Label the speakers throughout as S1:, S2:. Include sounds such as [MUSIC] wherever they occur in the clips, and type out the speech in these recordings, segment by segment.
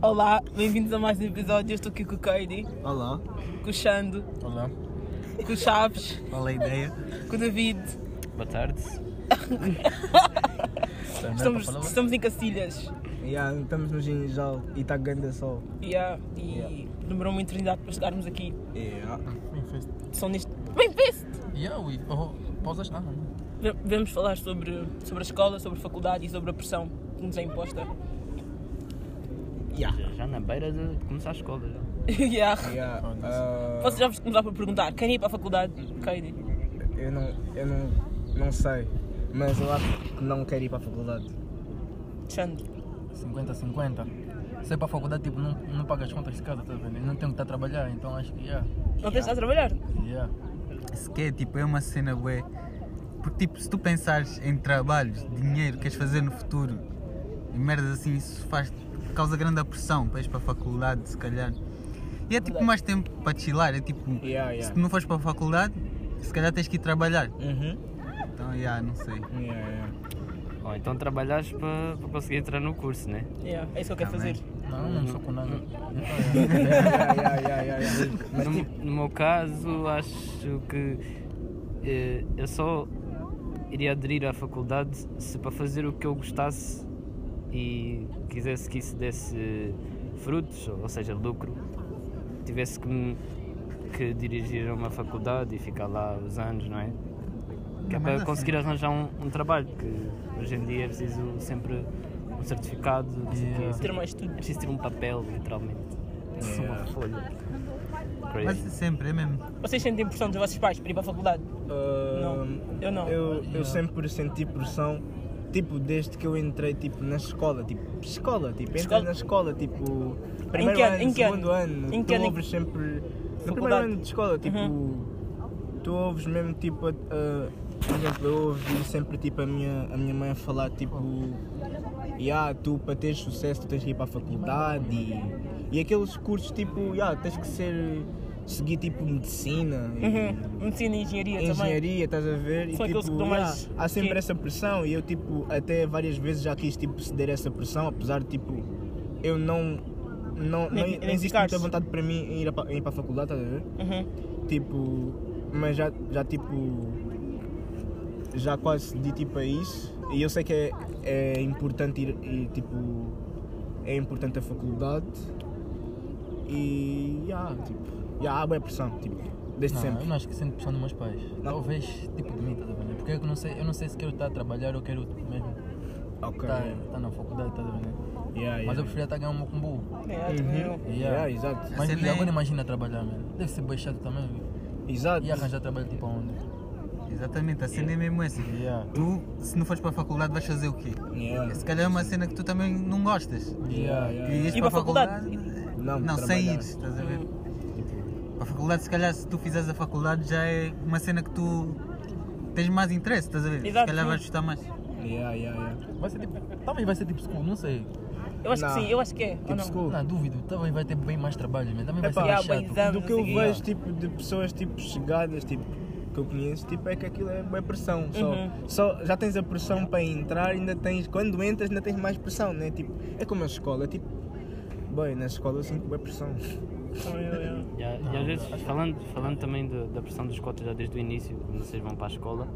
S1: Olá, bem-vindos a mais um episódio. Eu estou aqui com o Cody,
S2: Olá.
S1: com o Xando,
S2: Olá.
S1: com o Chaves,
S2: Olá, ideia.
S1: com o David.
S3: Boa tarde.
S2: é
S1: Estamos, estamos em Cacilhas.
S2: Yeah, estamos no Ginjal e está grande sol.
S1: Yeah, e demorou uma eternidade para chegarmos aqui.
S2: Yeah.
S1: São neste. Bem fest!
S3: Yeah, we... Oh, pausas? Ah, não.
S1: Ve- Vamos falar sobre, sobre a escola, sobre a faculdade e sobre a pressão que nos é imposta. [LAUGHS]
S2: Yeah.
S3: Já, já na beira de começar a escola. Já.
S1: yeah.
S2: Yeah. ah,
S1: Vocês já vos começaram por perguntar: quem ir para a faculdade? Cody.
S2: eu não, eu não, não sei, mas eu acho que não quero ir para a faculdade.
S1: Xando.
S4: 50-50. Se é para a faculdade, tipo, não, não paga as contas de casa, tá vendo? Eu não tenho que estar a trabalhar, então acho que, yeah,
S1: Não tens de estar a trabalhar?
S4: yeah.
S5: Se quer, tipo, é uma cena bué. Porque, tipo, se tu pensares em trabalhos, dinheiro, que queres fazer no futuro e merdas assim, isso faz, causa grande pressão para ires para a faculdade, se calhar. E é tipo
S1: Verdade.
S5: mais tempo para chilar, é tipo,
S2: Yeah, yeah.
S5: se tu não fores para a faculdade, se calhar tens que ir trabalhar.
S2: Uhum.
S5: Então, yeah, não sei.
S2: Yeah, yeah.
S3: Ou então trabalhas para para conseguir entrar no curso, né?
S1: Yeah, é isso que eu quero
S5: Também.
S1: fazer.
S2: Ah,
S4: Não, não sou com nada.
S2: [LAUGHS] Yeah, yeah, yeah, yeah, yeah. Mas
S3: No,
S2: tipo,
S3: no meu caso, acho que eh, eu só iria aderir à faculdade se para fazer o que eu gostasse e quisesse que isso desse frutos, ou seja, lucro, tivesse que me que dirigir a uma faculdade e ficar lá os anos, não é? Que é
S5: Mas
S3: para
S5: assim-
S3: conseguir arranjar um, um trabalho, que hoje em dia é preciso sempre um certificado, não sei o quê,
S4: Yeah.
S3: sempre-
S1: Ter mais estudo.
S3: é preciso ter um papel, literalmente. Uma folha.
S5: Mas
S3: Crazy.
S5: sempre, é mesmo.
S1: Vocês sentem pressão dos vossos pais para ir para a faculdade?
S2: ah,
S1: Não, eu não.
S2: Eu, eu sempre senti pressão, tipo, desde que eu entrei, tipo, na escola, tipo, escola, tipo, entrei
S1: Escola?
S2: na escola, tipo,
S1: Em
S2: primeiro
S1: que ano?
S2: ano,
S1: Em que ano?
S2: segundo ano,
S1: Em que
S2: tu
S1: ano?
S2: ouves sempre, no primeiro
S1: Faculdade? Uhum.
S2: ano de escola, tipo, tu ouves mesmo, tipo, a- a- por exemplo, eu ouvi sempre, tipo, a minha, a minha mãe a falar, tipo, yeah, tu para ter sucesso tu tens que ir para a faculdade e, e aqueles cursos, tipo, yeah, tens que ser, seguir, tipo, medicina e-
S1: Uhum. Medicina e engenharia, também.
S2: engenharia, estás a ver?
S1: São
S2: e
S1: aqueles
S2: tipo,
S1: que dão mais-
S2: yeah, há sempre
S1: que-
S2: essa pressão e eu tipo até várias vezes já quis tipo ceder a essa pressão, apesar de tipo eu não
S1: Nem-
S2: não, não, não
S1: nem
S2: existe
S1: ficares.
S2: muita vontade para mim em ir, a, pa- em ir para a faculdade, estás a ver?
S1: Uhum.
S2: Tipo, mas já, já tipo já quase cedi tipo a isso e eu sei que é, é importante ir, ir, tipo é importante a faculdade e yeah, tipo, yeah, há boa pressão, tipo, desde
S4: Não,
S2: sempre.
S4: eu não acho que sinto pressão dos meus pais. Talvez, tipo, de mim, tá vendo? Porque eu não sei, eu não sei se quero estar a trabalhar ou quero tipo, mesmo
S2: Ok.
S4: estar estar na faculdade, tá vendo?
S2: Yeah,
S4: Mas
S2: yeah.
S4: eu preferia estar a ganhar um combo.
S1: É, também
S2: Uhum.
S1: eu.
S2: Yeah,
S4: Yeah.
S2: exato.
S4: Mas
S5: Essa
S4: e
S5: é
S4: agora
S5: bem-
S4: imagina trabalhar, mano. Deve ser bem chato também. viu?
S2: Exato.
S4: E arranjar trabalho tipo aonde?
S5: Exatamente, a cena é mesmo essa.
S4: Yeah.
S5: Tu, se não fores para a faculdade, vais fazer o quê?
S2: Yeah.
S5: Se calhar é uma cena que tu também não gostas.
S4: Yeah,
S2: yeah.
S4: yeah.
S5: E ires
S1: E
S5: para a
S1: para a faculdade?
S5: faculdade
S2: Não,
S5: Não,
S2: trabalhar.
S5: sem ir, estás a ver?
S4: Uhum. Tipo-
S5: A faculdade, se calhar, se tu fizeres a faculdade, já é uma cena que tu tens mais interesse, estás a ver?
S1: Exato,
S5: se calhar
S1: sim.
S5: vais gostar mais.
S2: Yeah, yeah, yeah.
S4: Vai ser tipo, talvez vai ser tipo school, não sei.
S1: Eu acho
S2: Não.
S1: que sim, eu acho que é. ou
S2: Tipo
S1: não?
S2: school.
S4: Não, duvido. Talvez vai ter bem mais trabalho, mano. Também vai
S2: Epá,
S4: ser
S1: yeah,
S4: mais
S1: bem
S4: chato.
S1: exame,
S2: Do
S1: não
S2: que eu
S1: sei o quê.
S2: vejo tipo, de pessoas tipo, chegadas tipo, que eu conheço, tipo, é que aquilo é boa pressão. Só,
S1: Uhum.
S2: só já tens a pressão para entrar, ainda tens. Quando entras ainda tens mais pressão, né? Tipo, é como a escola, tipo. Bem, na escola eu sinto boa pressão.
S1: Também eu, eu.
S3: E, a- e às vezes, falando, falando também da- da pressão dos cotas já desde o início, quando vocês vão para a escola,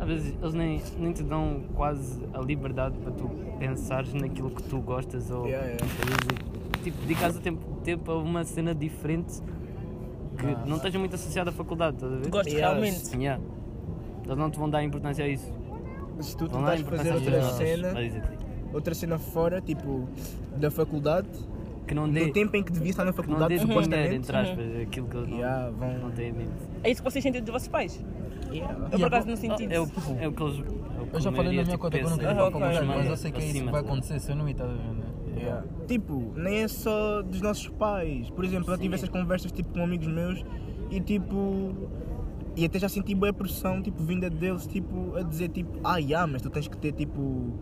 S3: às vezes eles nem, nem te dão quase a liberdade para tu pensares naquilo que tu gostas ou
S2: Yeah, yeah.
S3: fazes. tipo, dedicas o tempo, tempo a uma cena diferente que não esteja muito associada à faculdade, estás a ver?
S1: Gosto
S2: Yes.
S1: realmente.
S3: Yeah. Eles não te vão dar importância a isso.
S2: Se tu
S3: Vão dar
S2: tentares fazer
S3: importância às
S2: outra
S3: tuas notas,
S2: cena,
S3: basically.
S2: outra cena fora, tipo, da faculdade,
S3: Que não dê.
S2: no tempo em que devia estar na
S3: que não
S2: faculdade,
S3: dê depender,
S2: supostamente.
S3: entre aspas, aquilo que eles não,
S2: Yeah,
S3: não
S2: vão.
S3: têm em mente.
S1: É isso que vocês sentem dos vossos pais?
S2: Yeah.
S1: Eu por acaso não
S2: Ah,
S1: senti
S3: É o,
S1: isso.
S3: é o que eles. é o que
S4: Eu já falei
S3: a maioria,
S4: na minha
S3: tipo,
S4: conta que eu não queria
S3: pensa.
S4: ir para a
S1: Ah, ok.
S4: faculdade, mas eu
S3: Mas
S4: sei que é isso que
S3: acima
S4: vai
S3: de-
S4: acontecer se eu não ir, estás a ver? né?
S2: Yeah. Tipo, nem é só dos nossos pais. Por exemplo, eu tive essas conversas tipo, com amigos meus e tipo. E até já senti boa pressão, tipo, vinda deles, tipo, a dizer tipo, ah, yeah, mas tu tens que ter tipo.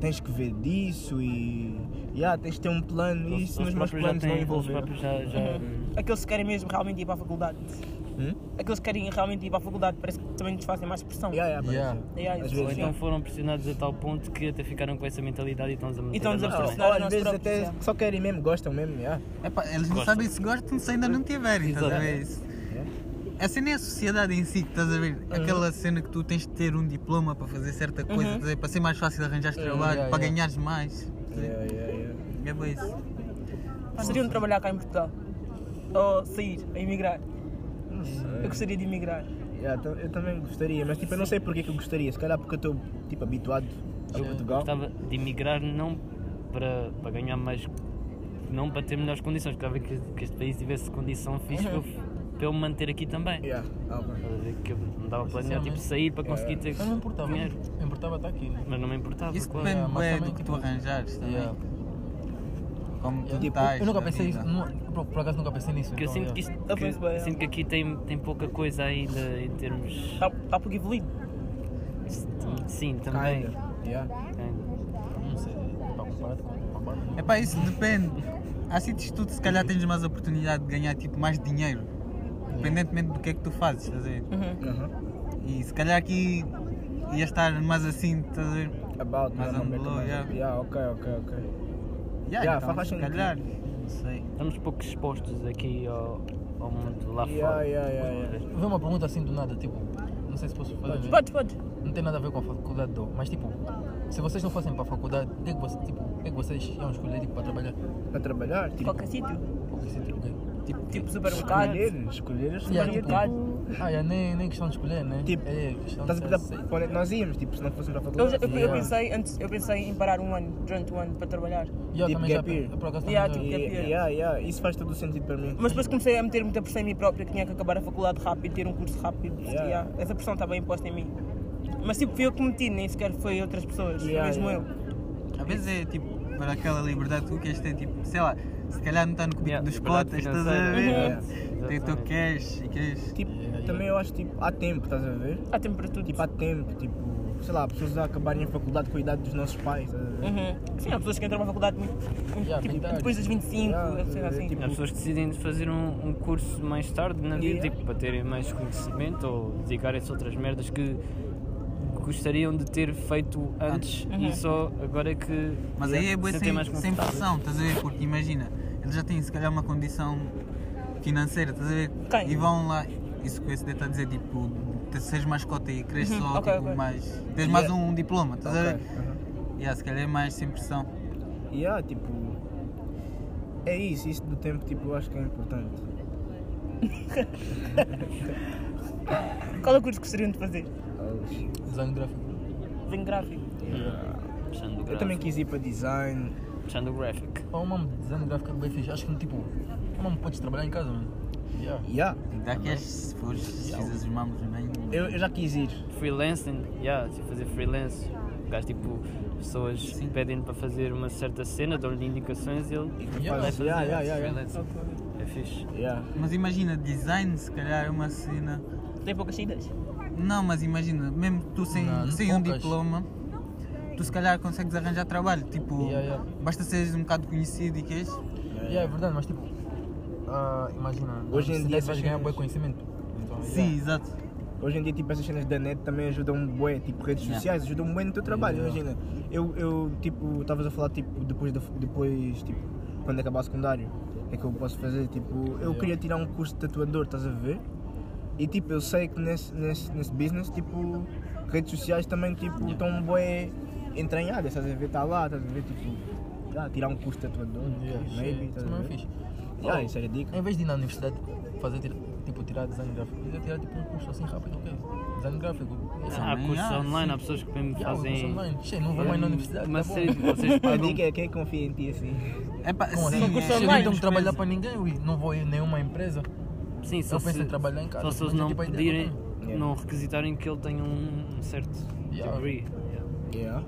S2: Tens que ver disso e. Yeah, tens que ter um plano e
S3: Eles-
S2: isso
S3: eles
S2: nos meus
S3: próprios já
S2: planos não
S3: têm- eles
S2: envolver.
S1: Uhum.
S3: próprios já- já-
S1: Aqueles que querem mesmo realmente ir para a faculdade.
S2: Hum?
S1: Aqueles que querem realmente ir para a faculdade, parece que também nos fazem mais pressão.
S2: Yeah, yeah, pode
S4: Yeah.
S2: ser.
S1: Yeah,
S2: Às
S1: isso,
S2: vezes,
S3: Ou então
S2: yeah.
S3: foram pressionados a tal ponto que até ficaram com essa mentalidade e estão-nos a meter
S1: estão-nos a
S3: nós
S2: Ou-
S1: pressionar.
S2: ou
S3: também.
S1: nós
S2: às vezes
S1: próprios,
S2: até
S1: yeah.
S2: só querem mesmo, gostam mesmo, yeah.
S5: Epá, eles não
S3: Gostam.
S5: sabem se gostam se ainda não tiverem, estás a ver? Isso- Assim nem a sociedade em si, estás a ver? Aquela cena que tu tens de ter um diploma para fazer certa coisa, estás a ver? para ser mais fácil arranjar trabalho,
S4: yeah, yeah.
S5: para ganhares mais.
S2: Yeah, yeah, yeah.
S5: É bem isso.
S1: Gostariam de trabalhar cá em Portugal. Ou sair, a emigrar. Eu gostaria de emigrar.
S2: Yeah, tam- eu também gostaria, mas tipo, eu não sei porque que eu gostaria. Se calhar porque eu estou tipo, habituado a Portugal.
S3: Gostava de emigrar não para, para ganhar mais, não para ter melhores condições, porque que, que este país tivesse condição fixe para eu- para eu me manter aqui também.
S2: Yeah, ah, bom.
S3: Estás a ver? Que eu me dava planear tipo, sair para conseguir ter
S4: Eu não me importava.
S3: dinheiro.
S4: Me importava estar aqui, né?
S3: Mas não me importava,
S5: Isso
S3: claro.
S5: depende
S4: mas
S5: bué
S4: também,
S5: É, do que tu
S4: tipo,
S5: arranjares também. tá,
S4: Yeah.
S5: Como tu
S4: Tipo,
S5: estás.
S4: eu nunca
S5: na
S4: pensei
S5: vida.
S4: isso, nu- por, por acaso nunca pensei nisso.
S3: Porque eu
S4: então,
S3: sinto que,
S4: yeah.
S3: isto,
S1: Eu
S3: que-
S1: penso bem, é.
S3: sinto que aqui tem, tem pouca coisa ainda em termos.
S1: Está, está pouco evoluído.
S3: Sim, também.
S2: Ainda. Yeah.
S3: Ainda.
S4: Não sei, pá, comparado com- comparado com-
S5: É pá, isso depende. Há sítios que tu se calhar tens mais oportunidade de ganhar tipo, mais dinheiro, independentemente do que é que tu fazes, estás a ver?
S2: Uhum.
S5: E se calhar aqui ia estar mais assim, estás a ver?
S2: About,
S5: Mas
S2: não,
S5: um
S2: não,
S5: blow,
S2: não,
S5: yeah.
S2: yeah, ok, ok, ok.
S5: Yeah,
S2: Yeah,
S5: então,
S2: faz
S5: se
S2: sentido.
S5: calhar, não sei.
S3: Estamos pouco expostos aqui ao, ao mundo lá
S2: Yeah,
S3: fora.
S2: yeah, yeah, yeah.
S4: Vem uma pergunta assim do nada, tipo, não sei se posso fazer. né?
S1: Pode, pode.
S4: Não tem nada a ver com a faculdade, do, mas tipo, se vocês não fossem para a faculdade, o que é que, você, tipo, o que é que vocês iam escolher tipo, para trabalhar?
S2: Para trabalhar, tipo,
S1: Qualquer sítio.
S4: Ou que sítio, o quê?
S2: tipo,
S1: Tipo supermercado.
S2: escolher, escolher,
S4: Yeah,
S1: um
S2: escolher.
S4: tipo,
S2: tipo,
S4: ah, yeah, nem, nem questão de escolher, né?
S2: Tipo,
S4: é questão de
S5: tá
S2: Estás a
S4: ser
S2: pensar
S4: aceito.
S2: para onde é que nós íamos, tipo, se não fosse para
S1: Eu,
S2: a
S1: já-
S2: faculdade.
S1: eu- eu
S4: Yeah.
S1: pensei antes, eu pensei em parar um ano, durante um ano, para trabalhar.
S4: Yeah,
S2: tipo
S4: também já,
S2: gap year.
S4: por acaso, também
S1: Yeah,
S4: já-
S1: tipo,
S2: E-
S1: gap year.
S2: yeah, yeah, isso faz todo o sentido para mim.
S1: Mas depois comecei a meter muita pressão em mim própria, que tinha que acabar a faculdade rápido, ter um curso rápido.
S2: Yeah.
S1: Yeah. Essa pressão estava imposta em mim. Mas tipo, fui eu que meti, nem sequer foi outras pessoas,
S2: Yeah,
S1: mesmo
S2: yeah.
S1: eu.
S5: Às vezes é tipo para aquela liberdade que tu queres ter, tipo, sei lá, se calhar não está no cubico
S3: Yeah,
S5: dos
S3: liberdade
S5: cotas, estás a ver?
S2: financeira.
S5: Tem o teu cash e queres.
S2: Tipo,
S4: yeah.
S2: também eu acho, tipo, há tempo, estás a ver?
S1: Há tempo para tudo.
S2: Tipo, há tempo, tipo, sei lá, pessoas a acabarem a faculdade com a idade dos nossos pais, estás a ver?
S1: Uhum. Sim, há pessoas que entram na faculdade muito, muito,
S4: Yeah,
S1: tipo,
S4: verdade.
S1: depois dos 25,
S2: Yeah,
S1: sei lá, assim.
S2: tipo,
S3: Há pessoas que decidem fazer um, um curso mais tarde na vida,
S2: Yeah.
S3: tipo, para terem mais conhecimento ou dedicarem-se a outras merdas que gostariam de ter feito antes
S2: Uhum.
S3: e só agora é que
S5: Mas aí é boa
S3: se
S5: sem,
S3: sentem mais
S5: sem
S3: confortáveis.
S5: pressão, estás a ver? Porque imagina, eles já têm se calhar uma condição financeira, estás a ver?
S1: Quem?
S5: E vão lá, isso que o SD está a dizer, tipo, te- seres mascota e cresces só,
S1: Uhum. ok,
S5: tipo,
S1: ok.
S5: mais. Tens
S4: é-
S5: mais um diploma, estás a ver?
S2: Ok, uhum.
S5: Yeah, se calhar é mais sem pressão.
S2: E há, tipo, é isso, isso do tempo, tipo, eu acho que é importante.
S1: Qual é o curso que gostariam de fazer?
S4: Design gráfico.
S1: Desenho gráfico.
S3: Puxando o
S2: Eu também
S3: gráfico.
S2: quis ir para design,
S3: Puxando o gráfico.
S4: Ou uma design gráfico é bem fixe. Acho que tipo, uma podes trabalhar em casa, mano. Yeah.
S2: e há,
S5: Dá cash Tipo, se fores, se fizeres os mamos bem.
S2: eu, eu já quis ir.
S3: Freelancing, yeah, se fazer freelance. O gajo, tipo, pessoas pedem para fazer uma certa cena, dão-lhe indicações e ele
S4: Yeah,
S3: vai
S2: Faz-
S3: fazer.
S2: yeah, yeah, yeah, yeah.
S3: freelancing. É fixe.
S2: Yeah.
S5: Mas imagina, design se calhar é uma cena.
S1: Tem poucas saídas.
S5: Não, mas imagina, mesmo tu sem,
S4: Não,
S5: sem um
S4: poucas.
S5: diploma, tu se calhar consegues arranjar trabalho. Tipo,
S4: Yeah, yeah.
S5: basta seres um bocado conhecido e queres.
S4: Yeah, é verdade, mas tipo, ah, imagina,
S2: Hoje em
S4: se
S2: dia
S4: desse
S2: essas
S4: vais ganhar
S2: cenas-
S4: bom conhecimento. Então,
S5: Sim, exato.
S2: Hoje em dia, tipo, essas cenas da net também ajudam bué, tipo, redes sociais ajudam bué no teu trabalho,
S4: Yeah.
S2: imagina. Eu, eu tipo, estavas a falar, tipo, depois, da- depois, tipo, quando acabar o secundário, o que é que eu posso fazer, tipo, eu
S4: Yeah.
S2: queria tirar um curso de tatuador, estás a ver? E, tipo, eu sei que nesse, nesse, nesse business, tipo, redes sociais também, tipo, estão bué entranhadas, estás a ver? Está lá, estás a ver, tipo, já, tirar um curso de tatuador,
S4: Yeah,
S2: maybe, tá
S4: sim,
S2: estás a
S4: também
S2: ver?
S4: é fixe.
S2: Yeah,
S4: Oh,
S2: isso era
S4: [LAUGHS]
S2: dica.
S4: Em vez de ir na universidade fazer tira- tipo tirar design gráfico, podia tirar tipo um curso assim rápido, ok? Design gráfico. é
S2: Ah,
S3: Há
S5: Também
S3: cursos
S5: há,
S3: online,
S5: sim.
S3: há pessoas que mesmo
S4: Yeah, um curso
S3: fazem.
S4: online. Che, não vou mais na universidade,
S3: Uma
S4: tá bom.
S3: série de vocês
S2: A
S3: pagam.
S2: dica é quem confia em ti, assim.
S5: É pá,
S4: Como
S5: sim,
S4: assim?
S1: curso
S5: é-
S1: online,
S4: Che, não tenho
S1: despesa.
S4: que trabalhar para ninguém, ui, não vou ir em nenhuma empresa.
S3: Sim,
S4: é,
S3: só
S4: Eu penso
S3: se,
S4: em trabalhar em casa,
S3: Só se eles
S4: mas é
S3: não
S4: tipo a ideia
S3: pedirem,
S4: que
S2: tenho.
S3: não requisitarem que ele tenha um certo
S4: Yeah.
S3: degree.
S2: Yeah,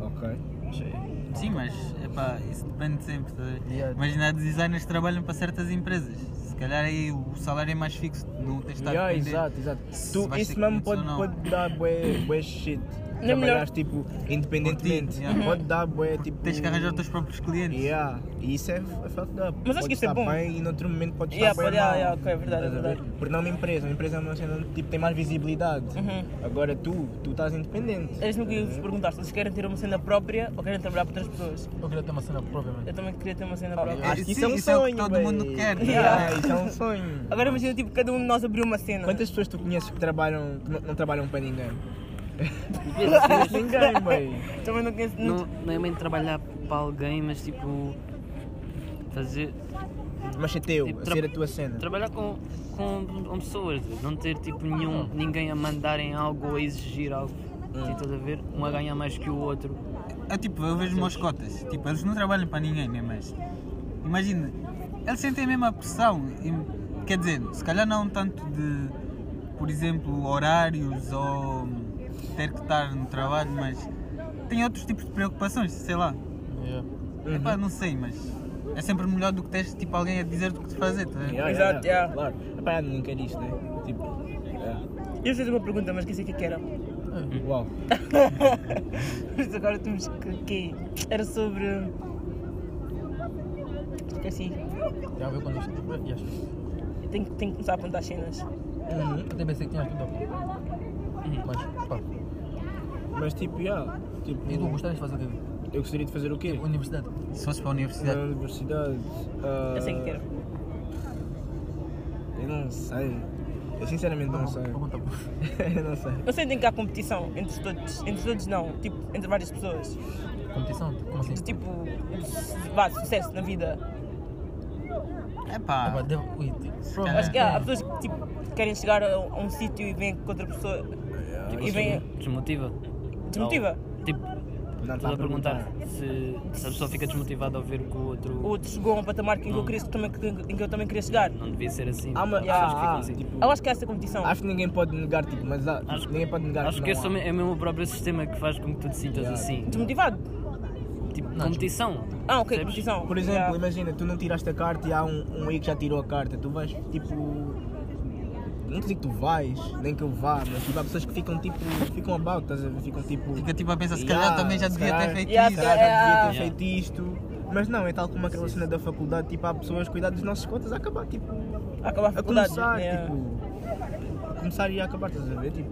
S2: ok.
S4: Che,
S5: Sim, mas é pá, isso depende sempre. tá a ver?
S4: Yeah.
S5: Imagina, designers trabalham para certas empresas. Se calhar aí o salário é mais fixo, não tens de estar a
S2: Yeah,
S5: depender.
S2: exato, exato.
S5: se
S2: Tu,
S5: vais ter
S2: isso mesmo
S5: clientes ou
S2: pode,
S5: não.
S2: pode dar bué, bué shit.
S1: Não é melhor.
S2: trabalhares tipo independentemente.
S5: yeah.
S2: Pode dar boé, tipo.
S5: Tens que arranjar os teus próprios clientes.
S2: Yeah. E isso é f- é fucked up.
S1: Mas acho
S2: Podes
S1: que isso é
S2: estar
S1: bom.
S2: bem e noutro momento pode estar
S1: Yeah,
S2: bem
S1: pode- yeah,
S2: mal.
S1: yeah, ok, é verdade, é
S2: Estás a ver?
S1: verdade.
S2: Porque não uma empresa, uma empresa é uma cena onde tipo, tem mais visibilidade.
S1: Uhum.
S2: Agora tu, tu estás independente.
S1: É isso que eu vos perguntar, se vocês querem ter uma cena própria ou querem trabalhar para outras pessoas.
S4: Eu queria ter uma cena própria, mano.
S1: Eu também queria ter uma cena própria.
S2: Acho que isso
S5: Sim,
S2: é um
S5: isso é o que
S2: sonho.
S5: todo
S2: bem.
S5: mundo quer, tá
S2: Yeah,
S1: ligado?
S2: Isso é um sonho.
S1: Agora imagina, tipo, cada um de nós abrir uma cena.
S2: Quantas pessoas tu conheces que trabalham, que não, não trabalham para ninguém? Não conheces [LAUGHS] ninguém, bem.
S1: Também não conheço.
S3: Não,
S1: Não...
S3: não é bem trabalhar para alguém, mas tipo. Fazer.
S2: Mas chateu,
S3: Tipo,
S2: a
S3: tra-
S2: ser a tua cena.
S3: Trabalhar com, com, com pessoas, não ter tipo nenhum, ninguém a mandarem algo ou a exigir algo.
S2: Hum.
S3: Tipo, estás a ver? Um a ganhar mais que o outro.
S5: É tipo, eu vejo meus cotas, tipo, eles não trabalham para ninguém, né? Mas imagina, eles sentem a mesma pressão, e- quer dizer, se calhar não tanto de, por exemplo, horários ou ter que estar no trabalho, mas tem outros tipos de preocupações, sei lá.
S4: Yeah.
S5: Epá, não sei, mas é sempre melhor do que teres tipo, alguém a dizer o que fazer, tá? a ver?
S2: Yeah,
S1: Exato, yeah.
S2: É, Claro. Epá, ninguém quer isto, né? Tipo, yeah.
S1: Eu fiz uma pergunta, mas esqueci o que é que era.
S2: uau.
S1: Mas agora temos que. que era sobre. Esqueci.
S4: Tem a ver com isto. Yes.
S1: Eu tenho, tenho que começar a apontar as cenas.
S4: Eu até pensei que tinha tudo a ver. Mas, pá.
S2: Mas tipo, yeah. Tipo,
S4: E tu gostavas de fazer o quê?
S2: eu gostaria de fazer o quê?
S4: Universidade.
S5: Se fosse para a
S2: Na
S5: universidade,
S2: universidade. ah,
S1: Eu sei o que era.
S2: Eu não sei. Eu sinceramente não sei. [LAUGHS]
S4: Pergunta, pô.
S2: eu não sei.
S1: Eu sei que tem que há competição entre todos. Entre todos, não. Tipo, entre várias pessoas.
S4: Competição? Como assim?
S1: De tipo. Vá, sucesso na vida.
S4: Ah, pá,
S5: epá,
S4: deve- ui, tipo,
S5: calhar.
S1: Acho que ah, há, há pessoas que tipo, querem chegar a, a um sítio e vêm com outra pessoa.
S2: Ah,
S1: Tipo, e vêm.
S3: Desmotiva.
S1: Desmotiva.
S3: Ou, tipo,
S2: assim, Não tá
S3: estás a perguntar se, se a pessoa fica desmotivada ao ver que o
S1: O
S3: outro
S1: outro chegou a um patamar que eu queria, também, em que eu também queria chegar.
S3: não devia ser assim.
S2: Há uma-
S3: Há pessoas que
S2: ah,
S3: ficam
S2: ah,
S3: assim.
S2: tipo,
S1: Eu acho que há essa competição.
S2: Acho que ninguém pode negar, tipo, mas há,
S3: Acho-
S2: ninguém pode negar
S3: Acho
S2: que
S3: que é,
S2: não
S3: só,
S2: há.
S3: me- é mesmo o próprio sistema que faz com que tu te sintas
S2: Yeah.
S3: assim.
S1: Desmotivado.
S3: Tipo, competição.
S1: Ah, ok,
S3: Percebes?
S1: competição.
S2: Por exemplo,
S1: Yeah.
S2: imagina, tu não tiraste a carta e há um, um aí que já tirou a carta. Tu vais, tipo... Não te digo que tu vais, nem que eu vá, mas tipo, há pessoas que ficam, tipo, ficam about, estás a ver? Ficam, tipo...
S5: fica tipo a pensar, se
S2: "Ya,
S5: calhar também já
S2: se
S5: devia
S2: calhar-
S5: ter feito
S1: Ya, se
S5: isso.
S2: se calhar já devia ter
S3: Yeah.
S2: feito isto. Mas não, é tal como aquela cena da faculdade, tipo, há pessoas cuidar dos nossos contas a acabar, tipo,
S1: Acabar a
S2: a
S1: faculdade.
S2: começar,
S1: yeah.
S2: tipo, a começar e a acabar, estás a ver? Tipo,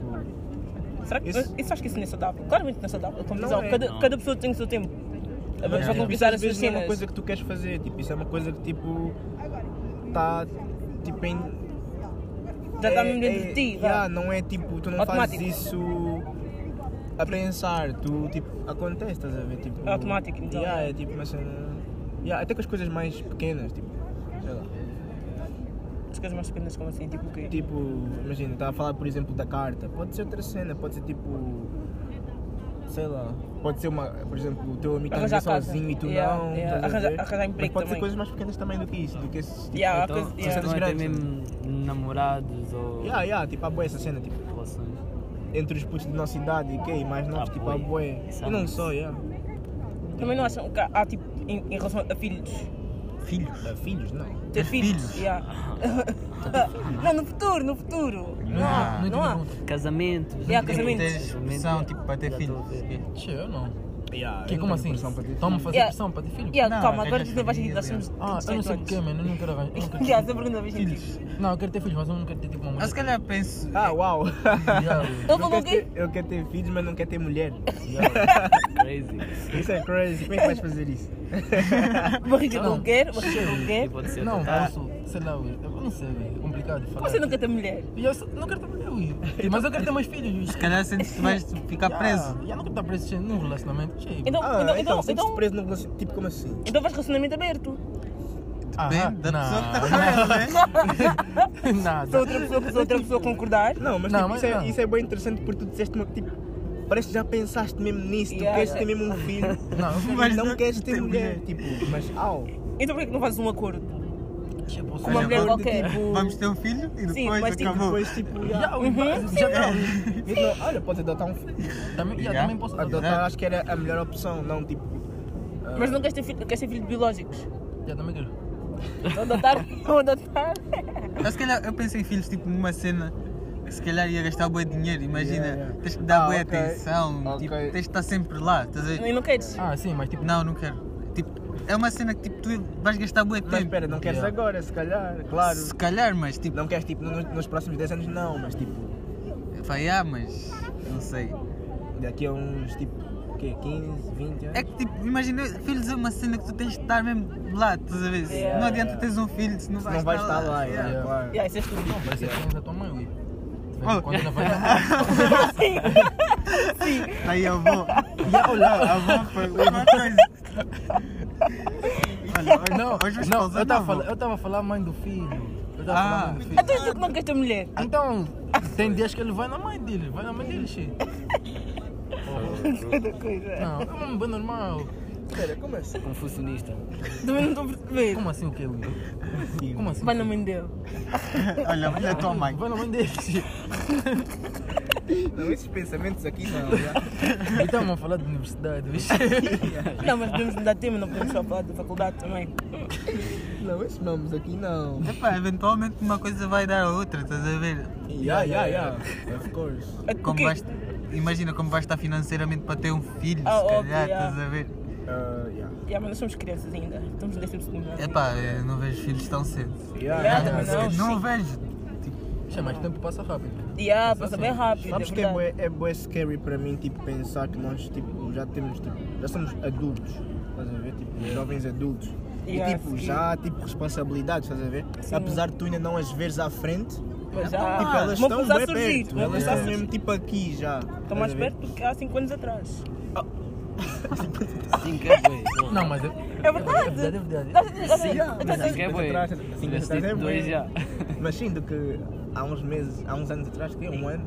S1: Será que
S2: isso-
S1: isso... acho que isso não é saudável? Claramente não é saudável. A competição.
S2: Não é.
S1: cada,
S3: Não.
S1: cada pessoa tem o seu tempo. A pessoa
S2: mas, tipo,
S1: vai
S2: isso
S1: conquistar
S2: às
S1: as suas
S2: vezes não é uma
S1: cenas.
S2: coisa que tu queres fazer, tipo, isso é uma coisa que, tipo, tá, tipo, em,
S1: Já está
S2: É-
S1: mesmo dentro de ti.
S2: é-
S1: vá.
S2: yeah, não é tipo, tu não
S1: Automático.
S2: fazes isso a pensar, tu tipo, acontece, estás a ver? Tipo,
S1: É automático, então.
S2: Yeah, é tipo uma cena. Yeah, até com as coisas mais pequenas, tipo, sei lá.
S1: As coisas mais pequenas como assim, tipo o quê?
S2: Tipo, imagina, estava a falar por exemplo da carta, pode ser outra cena, pode ser tipo. Sei lá. Pode ser uma, por exemplo, o teu amigo está a viver
S1: Arranjar casa.
S2: sozinho e tu
S1: Yeah,
S2: não.
S1: yeah.
S2: estás a
S1: Arranjar-
S2: ver?
S1: arranjar emprego
S2: Mas pode ser
S1: também.
S2: coisas mais pequenas também do que isso, do que esse tipo.
S1: Yeah, há
S3: Então,
S1: coisa-
S3: vocês
S1: yeah.
S3: estão até
S2: Grandes,
S3: mesmo namorados ou
S2: Yeah, yeah, tipo, há boa essa cena, tipo,
S3: relações.
S2: entre os putos de nossa idade e quem mais novos,
S3: Ah,
S2: tipo,
S3: bué.
S2: há boa.
S3: Isso há
S2: E não
S3: muito.
S2: só, yeah.
S1: Também não acham que há, há, tipo, em, em relação a filhos,
S5: Filhos.
S2: Ah, filhos, não.
S1: ter filhos?
S5: filhos?
S1: yeah. não, no futuro, no futuro. Não há,
S5: Não
S1: não há.
S3: Casamentos.
S1: Yeah,
S5: Tem que ter
S1: casamentos.
S5: expressão, tipo, para ter
S3: Já
S5: filhos.
S3: estou a ver.
S4: Che, eu não.
S2: Yeah,
S4: Que,
S2: eu não tenho
S4: como assim?
S2: pressão para ter
S4: Estão-me a
S2: filhos.
S4: fazer
S1: Yeah.
S4: pressão para ter filho?
S1: Yeah,
S5: Não,
S1: calma,
S5: arranjas
S1: agora tu vais
S5: família,
S1: dizer nós somos
S4: Ah, eu não sei o que
S1: [LAUGHS]
S4: é, mano. Eu não quero arranjar. eu não quero-
S1: Yeah, essa pergunta é bem gentil.
S4: Não, eu quero ter filhos, mas eu não quero ter tipo uma
S5: Eu
S4: mulher.
S5: se calhar penso,
S2: Ah, [LAUGHS] uau!
S4: Yeah,
S1: Ele
S4: eu-
S2: Eu
S1: falou o
S2: quero,
S1: quê?
S2: ter, eu quero ter filhos, mas não quero ter mulher.
S4: yeah.
S3: [LAUGHS] Crazy.
S2: Isso é crazy. Como é que vais fazer isso?
S1: Barriga não quer, barriga não
S3: E
S1: quer.
S3: pode ser tá?
S4: Não,
S3: tratado.
S4: posso, sei lá, ui. Eu não sei, ui. É complicado falar.
S1: Você não quer ter mulher?
S4: E eu só- não quero ter mulher,
S1: [LAUGHS]
S4: ui. Mas eu quero ter mais filhos, ui.
S5: se calhar sentes que vais [LAUGHS] ficar preso.
S4: Yeah, yeah, não quero estar preso che, num relacionamento. Che, ui.
S1: tá Então,
S2: Ah,
S1: então,
S2: então,
S1: então,
S2: sentes-te
S1: então,
S2: preso no relacion- Tipo, como assim?
S1: então faz relacionamento aberto.
S4: Ah,
S5: Depende da pessoa
S1: tá
S4: [LAUGHS]
S5: que está com ele, né?
S4: não,
S1: [LAUGHS] Se
S4: nada.
S1: outra pessoa, se outra pessoa concordar,
S2: Não, mas,
S4: Não,
S2: tipo,
S4: mas
S2: isso,
S4: não.
S2: é, isso é bem interessante porque tu disseste uma, tipo, parece que já pensaste mesmo nisso,
S1: Yeah,
S2: tu queres
S1: yeah.
S2: ter mesmo um filho,
S4: Não, eu
S2: [LAUGHS]
S4: quero-
S2: mas não queres ter mulher, tipo, mas au.
S1: então por que não fazes um acordo?
S4: che, posso-
S1: Com uma
S5: Olha,
S1: mulher
S5: vamos-
S1: qualquer.
S5: Vamos ter um filho e
S1: Sim,
S5: depois
S1: mas tipo,
S5: acabou.
S2: Depois, tipo,
S4: Yeah,
S2: yeah. [LAUGHS]
S1: Uhum,
S4: ui, mas-
S1: É.
S4: já tá, ui.
S2: Não, olha, podes adotar um filho.
S4: Também, yeah,
S5: Yeah.
S4: também posso adotar.
S2: Adotar acho que era a melhor opção, não, tipo,
S1: Mas não queres ter, filho, queres ter filhos biológicos?
S4: Yeah, também quero.
S1: Vão adotar? [LAUGHS] Vão adotar?
S5: Mas se calhar eu pensei em filhos tipo numa cena se calhar ia gastar bué de dinheiro, imagina,
S2: Yeah, yeah.
S5: tens que dar
S2: Ah,
S5: boa
S2: ok.
S5: atenção,
S2: Ok.
S5: tipo, tens de estar sempre lá, estás a ver?
S1: E não queres?
S4: Ah, sim, mas tipo,
S5: Não, não quero. Tipo, é uma cena que tipo, tu vais gastar bué tempo.
S2: Mas espera, não queres
S4: Yeah.
S2: agora, se calhar, claro.
S5: Se calhar, mas tipo,
S2: Não queres tipo nos, nos próximos 10 anos, não, mas tipo,
S5: vai, ah, mas não sei.
S2: daqui a uns tipo, o quê? 15, 20 anos?
S5: É que tipo, imagina, filhos é uma cena que tu tens de estar mesmo lá, estás a ver? Se
S1: Yeah,
S5: não adianta
S2: yeah.
S5: teres um filho se não
S2: Se
S5: vais,
S2: não vais estar lá,
S5: yeah.
S2: yeah, claro.
S1: Yeah, isso é estúpido. [LAUGHS]
S4: vai ser cliente da tua mãe, Ui. De vez em
S5: Oh.
S4: quando não vai-
S5: Aí eu vou. Já olhar, eu vou foi uma coisa. Olha, hoje-
S4: Não,
S5: hoje os
S4: não,
S5: pausar,
S4: eu estava a
S5: vou.
S4: falar- eu estava a falar a mãe do filho. Eu estava a falar a mãe do filho.
S1: Então tu que não queres ter mulher?
S4: Então, tem dias que ele vai na mãe dele, vai na mãe dele, xê.
S1: Cada coisa.
S4: Não, é um bem normal.
S2: Espera, como assim?
S4: Confucionista.
S1: Também não estou a perceber.
S4: Como assim o quê, Will? Como assim?
S1: Vai na mãe dele.
S5: Ah, Olha, olha a tua mãe.
S4: Vai na mãe dele, xê.
S2: Não, esses pensamentos aqui não, já.
S4: Então, a falar de universidade, vixe.
S1: Não, mas podemos mudar de tema, não podemos só falar da faculdade também.
S2: Não, esses nomes aqui não.
S5: Epá, eventualmente uma coisa vai dar a outra, estás a ver?
S2: Yeah, yeah, yeah. Of course.
S1: O
S5: Como
S1: quê?
S5: vais, imagina como vais estar financeiramente para ter um filho,
S1: Ah,
S5: se
S1: óbvio,
S5: calhar,
S1: yeah.
S5: estás a ver?
S2: Uh, yeah.
S1: Yeah, mas nós somos crianças ainda. Estamos no décimo segundo ano.
S5: Epá, eu não vejo filhos tão cedo.
S2: Yeah,
S1: Yeah,
S2: yeah.
S1: também não.
S5: não
S1: sim.
S5: vejo.
S4: Xê, mas o tempo passa rápido.
S1: Yeah, ah, passa bem rápido.
S2: Sabes
S1: é
S2: que é
S1: verdade.
S2: bué, é bué scary para mim, tipo, pensar que nós, tipo, já temos, tipo, já somos adultos, estás a ver? Tipo, jovens adultos.
S1: Yeah,
S2: e, tipo,
S1: sim.
S2: já há, tipo, responsabilidades, estás a ver?
S1: Sim.
S2: Apesar de tu ainda não as veres à frente,
S1: Mas
S3: Ah,
S1: já.
S2: tipo, elas
S1: vão
S2: estão
S1: começar
S2: bué
S1: a surgir.
S2: perto.
S1: vão
S2: Elas
S1: começar a
S2: estão
S1: surgir.
S2: mesmo, tipo, aqui já.
S1: Estão mais perto do que há 5 anos atrás.
S3: Sim, que é bem.
S4: Não, mas é...
S1: É verdade.
S4: É verdade, é
S1: Nós- nós-
S4: verdade.
S1: nós- nós-
S3: que é bem. Mas tipo dois já.
S2: Mas sim, do que há uns meses, há uns anos atrás, que é um ano,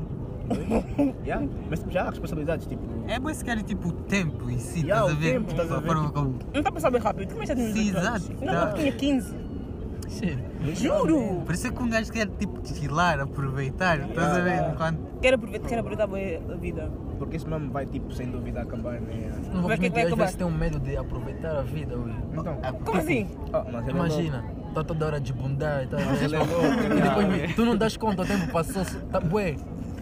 S2: dois,
S3: [LAUGHS]
S2: yeah. mas tipo, já há responsabilidades, tipo,
S5: É bom se quer tipo o tempo em si,
S2: Yeah,
S5: estás a
S2: o
S5: ver?
S2: tempo, estás a
S5: a
S2: ver,
S5: forma
S2: tipo,
S5: como.
S1: Não está a passar bem rápido. é Tu também já tinhas
S5: Sim,
S1: 18 anos.
S5: exato,
S1: Não,
S5: tá.
S1: eu tinha 15.
S4: Xê.
S1: Juro!
S5: Por isso é que um gajo quer tipo chilar, aproveitar, estás a ver? Enquanto-
S1: Quero aproveitar, quero aproveitar bem a vida.
S2: porque esse mesmo vai, tipo, sem dúvida acabar, né?
S4: Não vou
S1: Vai que vai
S4: mentir, às
S1: acabar.
S4: vezes tenho medo de aproveitar a vida, Will.
S2: Então,
S5: ah,
S1: Como assim?
S2: oh, mas é
S4: Imagina, tá toda hora de bundar e tal.
S2: Ele é né? louco,
S4: E depois, tu não das conta, o tempo passou, se- tá bué.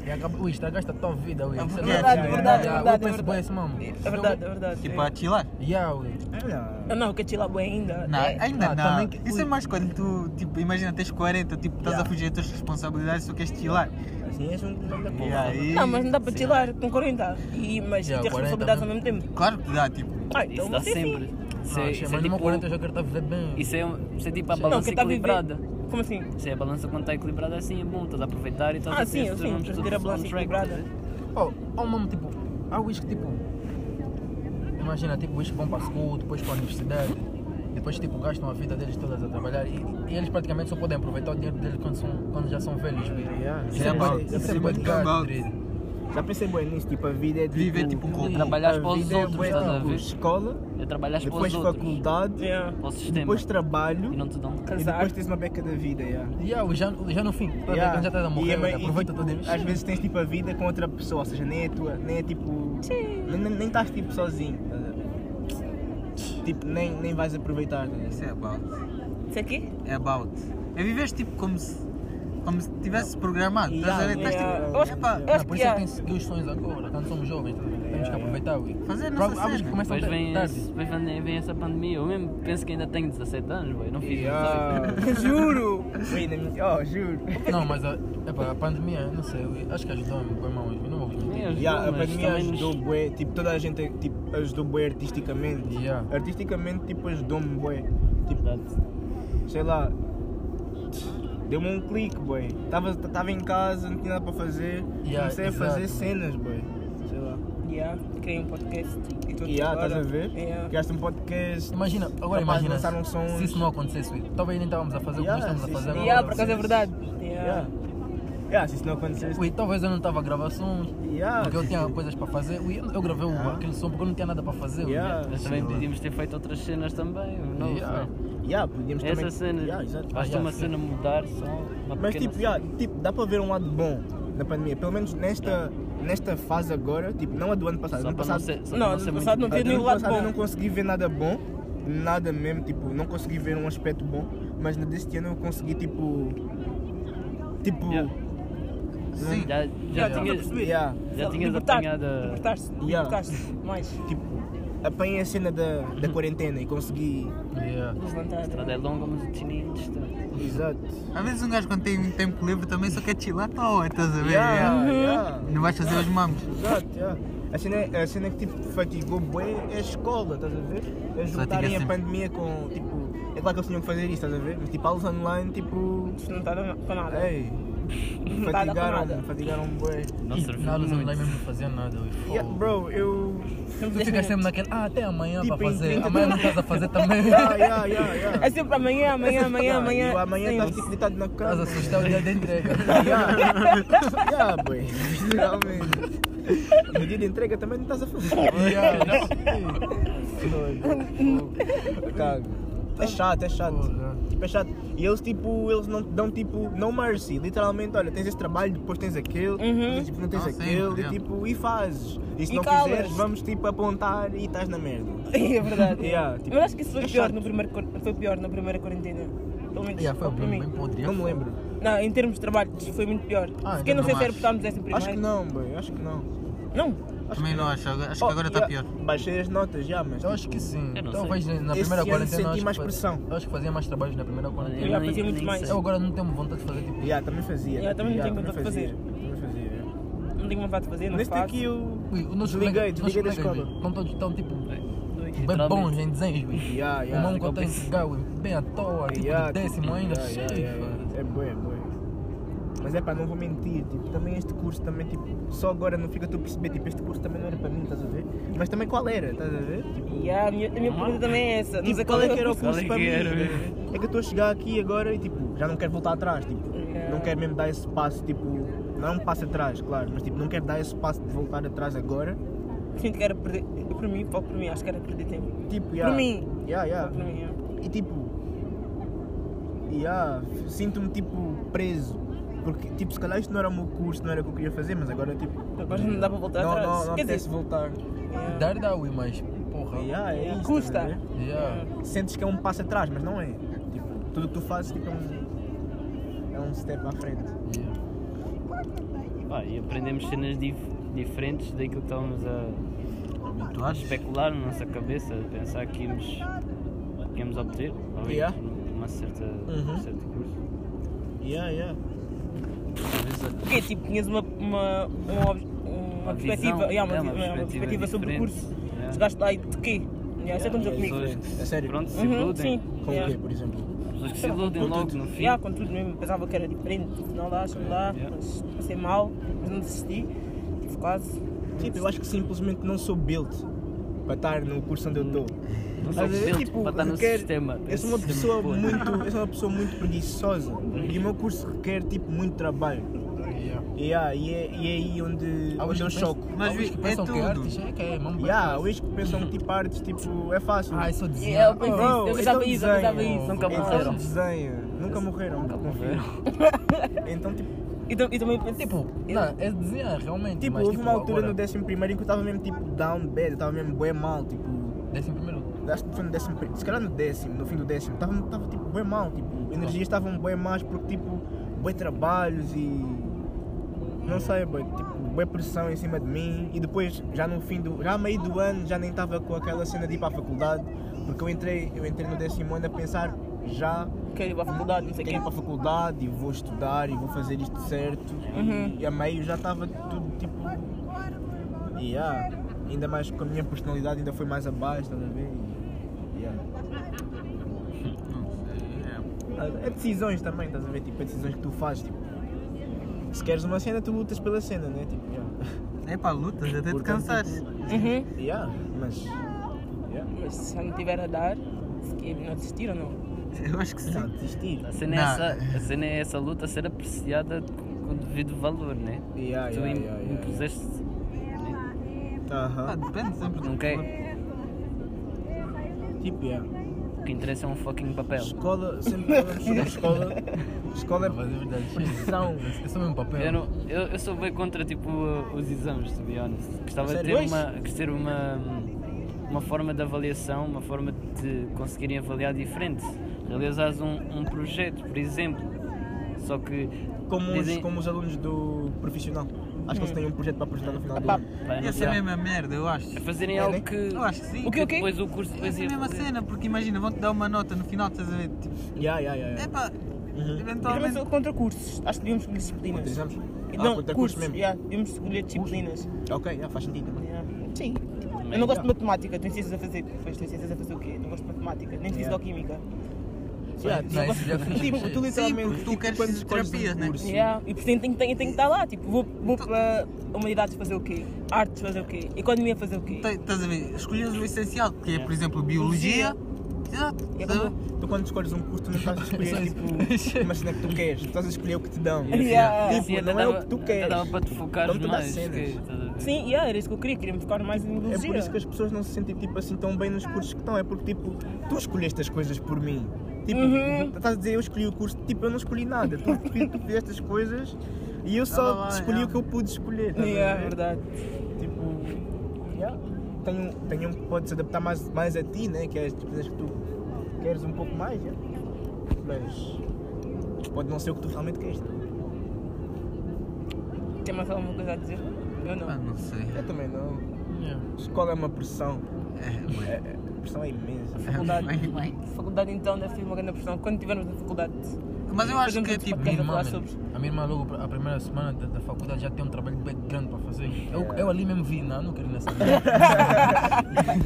S4: E acaba, ui, estragaste a tua vida, ui.
S1: É
S4: Sei lá.
S1: verdade,
S2: é
S1: é
S4: Yeah,
S1: verdade, é
S4: yeah,
S1: verdade.
S4: Eu penso bué isso, mano.
S1: É verdade, é verdade.
S5: Tipo a chilar.
S4: Yeah, ui.
S2: Não.
S1: Eu não, que te lá bem ainda.
S5: Não,
S1: É.
S5: ainda
S4: Ah,
S5: não.
S4: também que-
S5: Isso
S4: ui.
S5: é mais quando tu, tipo, imagina, tens 40, tipo, estás a fugir das tuas responsabilidades, tu queres chilar.
S2: Assim
S4: é
S2: és um grande porra.
S5: E aí.
S1: Não, mas não dá para te lá com 40. E, mas
S4: Yeah,
S1: ter
S4: 40
S1: responsabilidades ao
S4: não.
S1: mesmo tempo.
S5: Claro que dá, tipo.
S1: Ah, então
S3: Isso dá
S1: você
S3: sempre.
S1: sim.
S3: Isso
S4: Não,
S3: é,
S4: che,
S3: isso é
S4: Ah, mas numa 40 eu
S3: tipo.
S4: já quero estar tá a viver bem.
S3: Isso é, um- isso é tipo a
S1: Não, tá
S3: balança
S1: quem está a
S3: equilibrada.
S1: viver. Como assim?
S3: Se a balança quando está equilibrada assim é bom, estás a aproveitar e assim, estás
S1: Ah,
S3: a
S1: sim,
S3: ter os teus
S1: sim,
S3: nomes
S1: ter
S3: todos
S1: a
S3: on
S2: Um
S1: balança
S3: track,
S1: equilibrada.
S3: estás a ver?
S4: Oh, oh, mano, tipo, há wish que tipo. Imagina, tipo, wish que vão para a school, depois para a universidade. Depois, tipo, gastam a vida deles todas a trabalhar e, e eles praticamente só podem aproveitar o dinheiro deles quando, são, quando já são velhos.
S2: Ah.
S4: ui.
S2: Yeah,
S4: Isso é
S5: é
S4: bué-
S5: mal,
S4: isso é
S5: isso
S4: bué
S5: é muito mal.
S4: gadre.
S2: Já pensei bem nisso, tipo, a vida é tipo...
S5: Viver tipo um robô.
S3: Trabalhar
S2: a
S3: para os
S2: vida é
S3: outros,
S2: bué,
S3: estás a
S2: tipo,
S3: ver?
S2: escola,
S3: É trabalhar para
S2: depois
S3: os outros,
S2: faculdade,
S1: Yeah.
S3: para o sistema.
S2: depois trabalho
S3: E não te dão.
S2: e
S1: Casar.
S2: depois tens uma beca da vida, yeah.
S4: Yeah, ui, ah, já, já no fim, tá
S2: Yeah.
S4: já estás
S2: E
S4: a
S2: é
S4: morrer,
S2: meio-
S4: ui,
S2: e,
S4: aproveita
S2: tipo,
S4: todo eles.
S2: Às vezes tens tipo a vida com outra pessoa, ou seja, nem é tua, nem é tipo. Nem, nem- nem estás tipo sozinho. estás a ver? Tipo, nem, nem vais aproveitar. estás a ver?
S5: Isso é about.
S1: Isso aqui?
S5: É about. É viveres tipo como se. Como se tivesse programado. Estás a ver?
S1: Yeah,
S5: Estás
S1: yeah.
S5: tipo.
S1: Eu acho-
S5: epá,
S1: eu
S4: Não,
S1: acho
S4: por
S1: que
S4: isso é que
S1: é.
S4: tem que seguir os sonhos agora, quando somos jovens, tá? temos que aproveitar, ui.
S5: Fazer a
S4: Para-
S5: nossa
S4: há uns que
S5: cena.
S4: começam
S3: Depois vem,
S4: tarde.
S3: esse- depois vem, vem essa pandemia. Eu mesmo penso que ainda tenho 17 anos, boy. não fiz 18.
S2: Yeah.
S4: [LAUGHS]
S1: Juro!
S2: Ui, na minha- Oh, juro.
S4: Não, mas a, epá, a pandemia, não sei, ui, acho que ajudou-me com a mão, não vou mentir.
S3: Ajudou,
S2: Yeah, a
S3: mas
S2: pandemia
S3: também nos-
S2: ajudou bué, tipo, toda a gente tipo, ajudou bué artisticamente.
S4: Yeah.
S2: Artisticamente, tipo, ajudou-me bué. Tipo,
S3: Verdade.
S2: sei lá, deu-me um clique, boy. Tava, tava em casa, não tinha nada para fazer,
S4: Yeah,
S2: comecei a
S4: exato.
S2: fazer cenas, boy. Sei lá.
S1: Yeah, criei um podcast. E tô aqui
S2: E ah, estás a
S1: agora.
S2: ver?
S1: Yeah.
S2: Criaste um podcast.
S4: Imagina, agora
S2: capaz de
S4: imagina,
S2: lançar um
S4: se-
S2: som.
S4: se isso não acontecesse, ui, talvez nem estávamos a fazer o que nós
S2: Yeah,
S4: estamos a
S2: se
S4: fazer
S2: isso não-
S1: Yeah,
S4: agora.
S1: por acaso é verdade. Yeah.
S2: Yeah. Yeah, se isso não acontecesse.
S4: Ui, talvez eu não estava a gravar sons,
S2: Yeah, tipo,
S4: porque eu
S2: se-
S4: tinha coisas para fazer, ui, eu eu gravei o- aquele som porque eu não tinha nada para fazer. ui.
S2: Ah. Yeah.
S3: Mas também podíamos ter feito outras cenas também. Não, né?
S4: Yeah.
S2: Yeah, podíamos
S3: Essa
S2: também.
S3: cena,
S2: Yeah, exato.
S3: basta
S4: Ah,
S3: uma
S4: yeah,
S3: cena mudar só. Uma
S2: Mas
S3: pequena
S2: tipo, já, tipo, dá para ver um lado bom da pandemia, pelo menos nesta, nesta fase agora, tipo, não a do ano passado,
S3: Só
S2: ano
S3: para não
S2: passado,
S3: ser, só
S1: Não,
S3: para não
S1: no
S3: ser
S1: passado não
S3: muito
S1: teve
S2: a do
S1: nenhum
S2: ano
S1: lado
S2: passado
S1: bom.
S2: Tá eu não consegui ver nada bom, nada mesmo, tipo, não consegui ver um aspecto bom, mas na deste ano eu consegui tipo tipo
S3: Yeah.
S5: Sim.
S3: Já, já
S1: Já,
S3: tinhas,
S1: tipo, percebi.
S2: Yeah.
S3: já tinhas
S1: Libertar-te,
S3: apanhado a-
S1: Libertaste,
S2: Yeah.
S1: libertaste mais.
S2: Tipo, apanhei a cena da, da quarentena e consegui.
S4: Yeah.
S3: a estrada é longa, mas o destino é distante.
S2: Exato.
S5: Às vezes um gajo quando tem muito tempo livre também só quer chilar, tá hora, estás a ver?
S2: Yeah,
S5: Yeah.
S2: yeah.
S5: Não vais fazer os mamos.
S1: Uhum.
S2: Exato, yeah. A cena, a cena que tipo, fatigou bué é a escola, estás a ver? É juntarem a
S5: sempre.
S2: pandemia com, tipo, é claro que eles tinham que fazer isso, estás a ver? Mas tipo, aulas online, tipo,
S1: Isto não está para nada.
S2: ei,
S1: Não tá dando [LAUGHS] nada.
S2: fatigaram, fatigaram bué.
S3: Não serviu
S4: Nada, não
S3: muito.
S4: dá mesmo fazer nada. ui, fogo.
S2: Yeah,
S1: [LAUGHS]
S2: bro, eu...
S4: Tu ficas sempre naquele, ah, até amanhã
S2: Tipo,
S4: para
S2: em
S4: fazer.
S2: 30
S4: Amanhã não estás a
S2: [LAUGHS]
S4: fazer também.
S2: Yeah, yeah, yeah, yeah.
S1: É sempre amanhã, amanhã, amanhã,
S2: Yeah,
S1: amanhã.
S2: e o amanhã
S1: Sim.
S2: estás tipo deitado na
S4: Estás a
S2: cama.
S4: assustar o dia da entrega.
S2: Yeah, yeah boy, literalmente. No dia de entrega também não tá estás a fazer.
S4: Yeah, já
S2: Cago. É chato, é chato. Tipo, é chato. E eles, tipo, eles não te dão, tipo, no mercy. Literalmente, olha, tens esse trabalho, depois tens aquele, depois, tipo, não tens
S5: Ah, sim,
S2: aquele, e,
S5: yeah.
S2: tipo, e fazes. E
S1: Uhum.
S2: se
S1: E
S2: não
S1: calas.
S2: quiseres, vamos, tipo, apontar e estás na merda.
S1: [LAUGHS] É verdade.
S2: Yeah, tipo,
S1: Mas acho que isso foi
S2: é
S1: pior,
S2: chato.
S1: no primeiro, quar- foi pior na primeira quarentena. Pelo menos
S4: Yeah, foi
S1: para
S4: bem,
S1: mim.
S4: bem podre.
S2: Não me lembro.
S1: Não, em termos de trabalho foi muito pior.
S4: Ah,
S1: Porque eu não
S4: não
S1: sei se era
S4: acho.
S1: por estarmos essa em primeiro.
S2: Acho que não, boy, acho que não.
S1: Não.
S5: Também não acho, acho que
S2: Oh,
S5: Tipo, agora está
S2: yeah,
S5: pior.
S2: Baixei as notas, já, mas.
S4: Eu
S2: tipo,
S4: acho que sim.
S3: Eu não
S4: Então
S3: sei.
S4: vejo na
S2: Esse
S4: primeira
S2: ano
S4: quarentena.
S2: senti
S4: acho
S2: mais
S4: que fa-
S2: pressão.
S4: Eu acho que fazia mais trabalhos na primeira quarentena.
S1: Eu
S3: Eu
S1: já
S3: nem-
S1: fazia muito
S3: nem
S1: mais.
S3: sei.
S4: Eu agora não tenho vontade de fazer tipo.
S2: Yeah, também fazia.
S1: Yeah, também não tenho vontade de
S2: Também fazia. yeah.
S1: Não tenho vontade de fazer, não
S2: Neste
S1: faço.
S2: aqui eu.
S4: Ui, o nosso
S2: Desliguei,
S4: colega-
S2: desliguei da
S4: nosso colega,
S2: escola.
S4: ui, Estão todos tão tipo. Bem bons
S3: Literalmente.
S4: em desenhos, ui.
S2: Yeah,
S4: O
S2: yeah.
S4: nome que eu tenho que jogar, ui, bem à toa, tipo
S2: Yeah,
S4: de décimo
S2: tipo,
S4: ainda.
S2: yeah, yeah,
S4: cheio,
S2: yeah, yeah.
S4: foda-se.
S2: É boi, é boi. Mas é pá, não vou mentir, tipo, também este curso também, tipo, só agora não fica tu a perceber, tipo, este curso também não era para mim, estás a ver? Mas também qual era, estás a ver? Tipo,
S1: Yeah, a minha, a minha pergunta também é essa. Não sei
S2: tipo, qual é que era o
S1: curso.
S2: curso
S3: é
S2: para
S3: que
S2: mim?
S3: era,
S2: estás a ver? É que eu estou a chegar aqui agora e, tipo, já não quero voltar atrás, tipo,
S1: Yeah.
S2: não quero mesmo dar esse passo, tipo, não é um passo atrás, claro, mas, tipo, não quero dar esse passo de voltar atrás agora.
S1: Sinto que era perder. Para mim, falo para mim, acho que era perder tempo.
S2: Tipo,
S1: Para
S2: yeah.
S1: mim.
S2: Yeah, yeah.
S1: Para mim, é.
S2: E tipo, yeah, sinto-me tipo preso. Porque tipo, se calhar isto não era o meu curso, não era o que eu queria fazer, mas agora tipo.
S1: Agora não dá para
S3: Tá
S1: voltar
S2: não,
S1: atrás.
S2: não, não
S1: Quer
S2: apetece
S1: dizer,
S2: voltar.
S1: yeah.
S4: Dar dá, ui, mas. Porra.
S2: Yeah, é
S1: Yeah,
S2: isto,
S1: custa.
S2: estás a ver?
S4: Yeah.
S2: Sentes que é um passo atrás, mas não é. Tipo, tudo o que tu fazes tipo, é um. É um step à frente.
S4: yeah.
S3: Pá, e aprendemos cenas dif- diferentes daquilo que estávamos a a especular na nossa cabeça, a pensar que íamos, que íamos obter, ou
S2: Yeah.
S3: uma certa,
S2: Uhum.
S3: um certo curso.
S2: Yeah, yeah.
S1: Porque tipo, tinhas uma, uma, uma, ob- uma
S3: Uma
S1: perspectiva,
S3: visão,
S1: yeah, uma,
S3: é, uma
S1: uma
S3: perspectiva
S1: perspectiva sobre o
S3: diferente.
S1: curso.
S3: Yeah.
S1: Chegaste lá e de quê? Yeah, isso aconteceu comigo.
S3: Pessoas
S2: É
S3: que se,
S2: sério?
S3: Pronto, se
S1: Uhum,
S3: iludem.
S1: sim.
S2: Com o
S1: Yeah.
S2: quê, por exemplo?
S3: Pessoas que se iludem logo no fim.
S1: Yeah, com tudo mesmo, pensava que era diferente, no final lá, cheguei lá,
S3: Yeah.
S1: mas passei mal, mas não desisti, tive quase.
S2: Tipo, eu acho que simplesmente não sou built para estar no curso onde eu estou.
S3: Não
S2: Às
S3: sou
S2: vezes,
S3: built
S1: Tipo,
S3: para estar no
S2: requer-
S3: sistema.
S2: é tipo, Eu sou uma
S3: Esse é
S2: pessoa
S3: sistema podre.
S2: muito, eu sou uma pessoa muito preguiçosa e o meu curso requer tipo muito trabalho.
S4: Yeah.
S2: Yeah, e, é, e é aí onde,
S4: Há uns
S2: onde eu
S4: que pensam-
S2: choco.
S5: Mas
S4: há uns
S5: vi-
S4: que
S5: é
S4: pensam que
S5: tudo.
S4: artes é que é, mão pra
S2: Yeah,
S4: trás.
S2: hoje que pensam que tipo artes tipo é fácil.
S4: Ah, isso desenho.
S1: Yeah, eu pensei
S2: Bro, então
S1: isso, é eu pensava isso, eu pensava
S2: desenho.
S1: isso. Nunca
S2: Então
S1: morreram.
S2: desenho. Nunca morreram. Nunca morreram. então tipo,
S1: E, tam- e também pensei,
S4: Tipo, não, é desenhar realmente.
S2: tipo
S4: mas,
S2: houve uma altura
S4: agora,
S2: no décimo primeiro em que eu estava mesmo tipo down bad, eu estava mesmo bué mal, tipo
S4: décimo primeiro.
S2: acho que foi no décimo, pri- se calhar no décimo, no fim do décimo, estava tava, tipo bem mal, tipo, energias estavam bem más porque tipo, bem trabalhos e não sei, bem, tipo, bem pressão em cima de mim e depois já no fim do, já a meio do ano já nem estava com aquela cena de ir para a faculdade, porque eu entrei, eu entrei no décimo ano a pensar já
S1: quero ir para a faculdade, não sei o
S2: quero ir
S1: quê.
S2: para a faculdade e vou estudar e vou fazer isto certo
S1: Uhum.
S2: e a meio já estava tudo tipo e ah, ainda mais com a minha personalidade ainda foi mais abaixo, estás a ver? E, yeah. É decisões também, estás a ver? Tipo, é decisões que tu fazes, tipo. Se queres uma cena, tu lutas pela cena, né? Tipo,
S5: É pá, lutas até te
S2: Portanto,
S5: cansares.
S1: Uhum.
S2: yeah. Yeah, ah, mas. Yeah.
S1: Mas se já não tiver a dar, se que é melhor desistir ou não?
S5: Eu acho que
S2: Não,
S5: sim.
S2: desistir.
S3: A cena, é
S5: Não.
S3: essa, a cena é essa luta ser apreciada com com o devido valor, né?
S2: Yeah,
S3: tu
S2: ah, yeah,
S3: im-
S2: yeah, yeah,
S3: impuseste. né?
S5: Pá,
S2: Aham.
S5: depende sempre do
S3: Nunca é.
S5: valor.
S2: Tipo, yeah.
S3: O que interessa é um fucking papel.
S2: Escola, sempre falamos sobre escola. Escola
S4: Mas é verdade.
S2: é
S4: [LAUGHS]
S2: pressão.
S4: É só mesmo papel.
S3: Eu, não, eu, eu sou bem contra tipo, uh, os exames, to be honest. Gostava de
S2: Sério?
S3: ter,
S2: Pois.
S3: uma, de ter uma, uma forma de avaliação, uma forma de conseguirem avaliar diferente. Realizares um, um projeto, por exemplo. Só que
S2: como, os,
S3: Dizem-
S2: como os alunos do profissional. Acho que eles têm um projeto para apresentar no final do
S1: Epá,
S2: ano.
S3: Vai,
S5: Ia
S3: não
S5: ser
S3: será.
S5: a mesma merda, eu acho.
S3: A fazerem
S2: É,
S3: algo
S2: né?
S3: que.
S5: Eu acho que sim.
S3: O que, o que?
S5: Que
S3: Depois o curso
S5: É
S3: depois
S5: a
S3: ia
S5: mesma
S3: fazer.
S5: cena, porque imagina, vão-te dar uma nota no final, estás a ver? Tipo,
S2: Yeah, yeah, yeah, yeah.
S5: epá, Uhum.
S1: E também
S5: eventualmente.
S1: sou contra cursos. Acho que devíamos escolher disciplinas.
S2: Utilizamos? Ah,
S1: Não, cursos,
S2: contra curso mesmo.
S1: yeah, devíamos escolher disciplinas.
S2: Ok, yeah, faz sentido.
S1: Yeah. Sim. Eu não gosto de matemática, tenho ciências a fazer. Pois, tenho ciências a fazer o quê? Não gosto de matemática, nem de física ou química.
S2: Yeah,
S4: Não, isso já fiz.
S2: tipo, tu literalmente,
S5: porque tu
S2: tipo,
S5: queres
S2: quando escolhes
S5: terapia,
S2: um
S5: né?
S2: curso,
S1: Yeah. E por isso tenho, tenho, tenho, tenho que estar lá. Tipo, vou, vou
S2: Então-
S1: para humanidades fazer o quê? Artes fazer o quê? Economia fazer o quê?
S5: Tá- Estás a ver? Escolhes o essencial, que é, por exemplo, biologia. É Exato.
S1: E é
S5: estás a ver?
S1: acabou.
S2: Tu quando escolhes um curso, tu não estás a escolher tipo, uma cena que tu queres, tu estás a escolher o que te dão.
S1: Yeah.
S2: Tipo,
S3: até
S2: não é o
S3: dava-
S2: que tu
S3: até
S2: queres.
S3: Dava para te focares
S2: Dão-te
S3: mais.
S2: mais cenas.
S3: que- estás a ver?
S1: Sim, yeah, era isso que eu queria. Queria me focar mais em
S2: É
S1: biologia.
S2: por isso que as pessoas não se sentem tipo assim tão bem nos cursos que estão, é porque tipo, tu escolheste as coisas por mim. Tipo,
S1: Uhum.
S2: estás a dizer eu escolhi o curso, tipo, eu não escolhi nada, tu, fi- tu fizeste as coisas e eu
S5: Tá
S2: só
S5: lá,
S2: escolhi
S5: yeah.
S2: o que eu pude escolher. estás a
S1: Yeah, é
S2: ver?
S1: verdade.
S2: Tipo, yeah. tem, um- tem um que pode se adaptar mais, mais a ti, né? que é as disciplinas que tu queres um pouco mais, yeah. mas pode não ser o que tu realmente queres. tá?
S1: Tem mais alguma coisa a dizer? Eu
S5: Pá,
S1: não.
S5: não sei.
S2: Eu também não.
S4: Yeah.
S2: Escola é uma pressão,
S5: [LAUGHS]
S2: É-
S5: É,
S2: é- a pressão é imensa. [LAUGHS]
S1: Faculdade.
S5: bem.
S1: Faculdade então deve ser uma grande pressão. Quando estivermos na faculdade.
S5: Mas eu acho que é tipo.
S1: Fazemos um podcast a falar
S4: mano,
S1: sobre.
S4: a minha irmã logo a primeira semana da, da faculdade já tem um trabalho bem grande para fazer. Eu, eu ali mesmo vi, não, não quero ir nessa merda.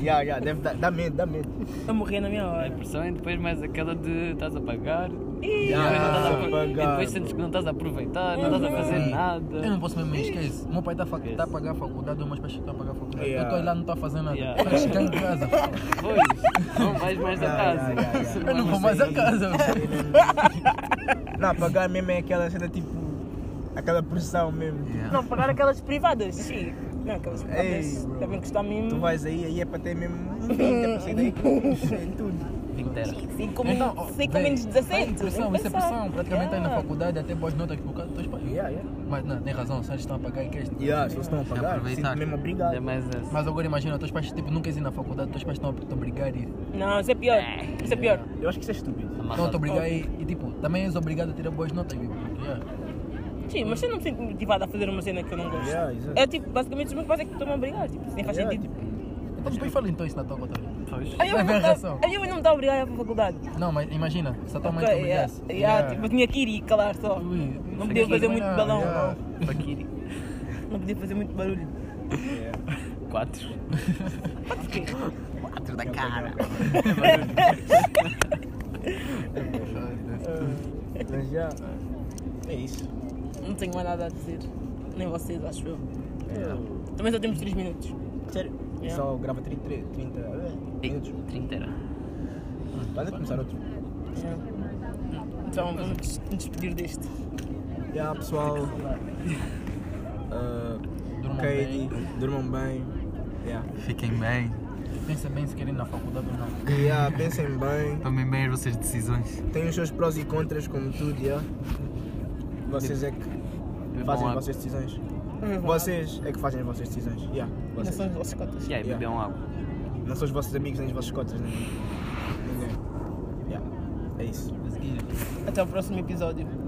S2: yeah, yeah, deve dar, dá medo, dá medo.
S1: Eu morri na minha
S3: A
S1: hora.
S3: pressão e depois mais aquela de estás a pagar.
S1: Ih,
S3: e depois não estás tá a
S2: Ah,
S3: apro- E
S2: pagar.
S3: depois sentes que não estás a aproveitar, não estás a fazer
S2: Uhum.
S3: nada.
S4: Eu não posso mesmo, esquece. O meu pai está tá a pagar a faculdade, os meus pais estão a pagar a faculdade.
S2: Yeah.
S4: Eu estou lá não estou a fazer nada.
S3: Yeah.
S4: Vai chegar em casa.
S3: Pois, não vais mais a casa.
S4: Eu não vou mais a casa.
S2: Não, pagar mesmo é aquela cena tipo. aquela pressão mesmo. tipo,
S5: Yeah.
S1: Não, pagar aquelas privadas, sim. Não, aquelas privadas
S2: Ei, bro.
S1: devem custar mesmo.
S2: Tu vais aí, aí é para ter mesmo. Até sair daí em
S3: [LAUGHS]
S2: tudo.
S1: Sim, com menos,
S4: Então, ó,
S1: sim, com
S4: véi,
S1: menos 17.
S4: Isso é pressão, isso é pressão. Praticamente aí
S1: está
S4: na faculdade, até boas notas por causa dos teus pais.
S2: Yeah, yeah.
S4: Mas não, tem razão, só eles estão a pagar e queres.
S2: Yeah, se eles estão a pagar,
S5: Aproveitar.
S2: sinto mesmo
S3: É
S2: obrigado.
S3: mais essa.
S4: Mas agora imagina, os teus pais tipo, nunca iam na faculdade, os teus pais estão a te obrigar a ir.
S1: Não, isso é pior. Isso é pior.
S2: Eu acho que isso é
S1: Tá
S2: estúpido.
S4: Estão a te obrigar a ir. E tipo, também és obrigado a tirar boas notas, viu? Porque, é. Então, yeah.
S1: Sim, mas eu não me sinto motivada a fazer uma cena que eu não gosto.
S2: Yeah, exato.
S1: É tipo, basicamente os meus pais é que estão a obrigar. Tipo, isso nem faz
S2: Yeah,
S1: sentido.
S4: Então depois fala então isso na tua conta.
S3: Pois.
S1: Ah, Aí eu
S4: é
S1: não
S4: verdade.
S1: tá- aí eu não me está a obrigar a ir para a faculdade.
S4: Não, mas imagina, se a Então tua mãe te
S1: Ok, é. yeah,
S4: obrigasse.
S1: yeah, tipo, eu tinha que ir e calar só.
S4: Ui,
S1: Não
S4: sei
S1: podia
S4: que-
S1: fazer muito
S4: não, é
S1: balão.
S4: yeah.
S3: Fakiri.
S1: Não podia fazer muito barulho.
S3: Quatro.
S5: Quatro da cara.
S2: Mas já. É isso.
S1: Não tenho mais nada a dizer. Nem vocês, acho eu.
S2: É.
S1: Também só temos 3 minutos.
S2: Sério?
S1: Yeah.
S2: Só grava 30, 30 minutos.
S3: Trinta era.
S2: Vais a começar outro.
S1: Então vamos des- nos despedir deste.
S2: Já pessoal. Ah,
S4: Durmam
S2: Katie,
S4: bem.
S2: durmam bem. Yeah.
S5: é, Fiquem bem.
S4: Pensa bem se querem ir na faculdade ou não.
S2: Yeah, ah, pensem bem.
S5: Tomem bem as vossas decisões.
S2: Tem os seus prós e contras, como tudo, já. Vocês é que fazem
S5: Bom,
S2: as vossas decisões. Vocês é que fazem as vossas decisões. Yeah,
S1: Não
S2: vocês.
S1: são os vossos cotas.
S3: E aí,
S2: Yeah.
S3: bebam água.
S2: Não são os vossos amigos nem os vossos cotas, nem ninguém. Yeah. É isso.
S1: Até o próximo episódio.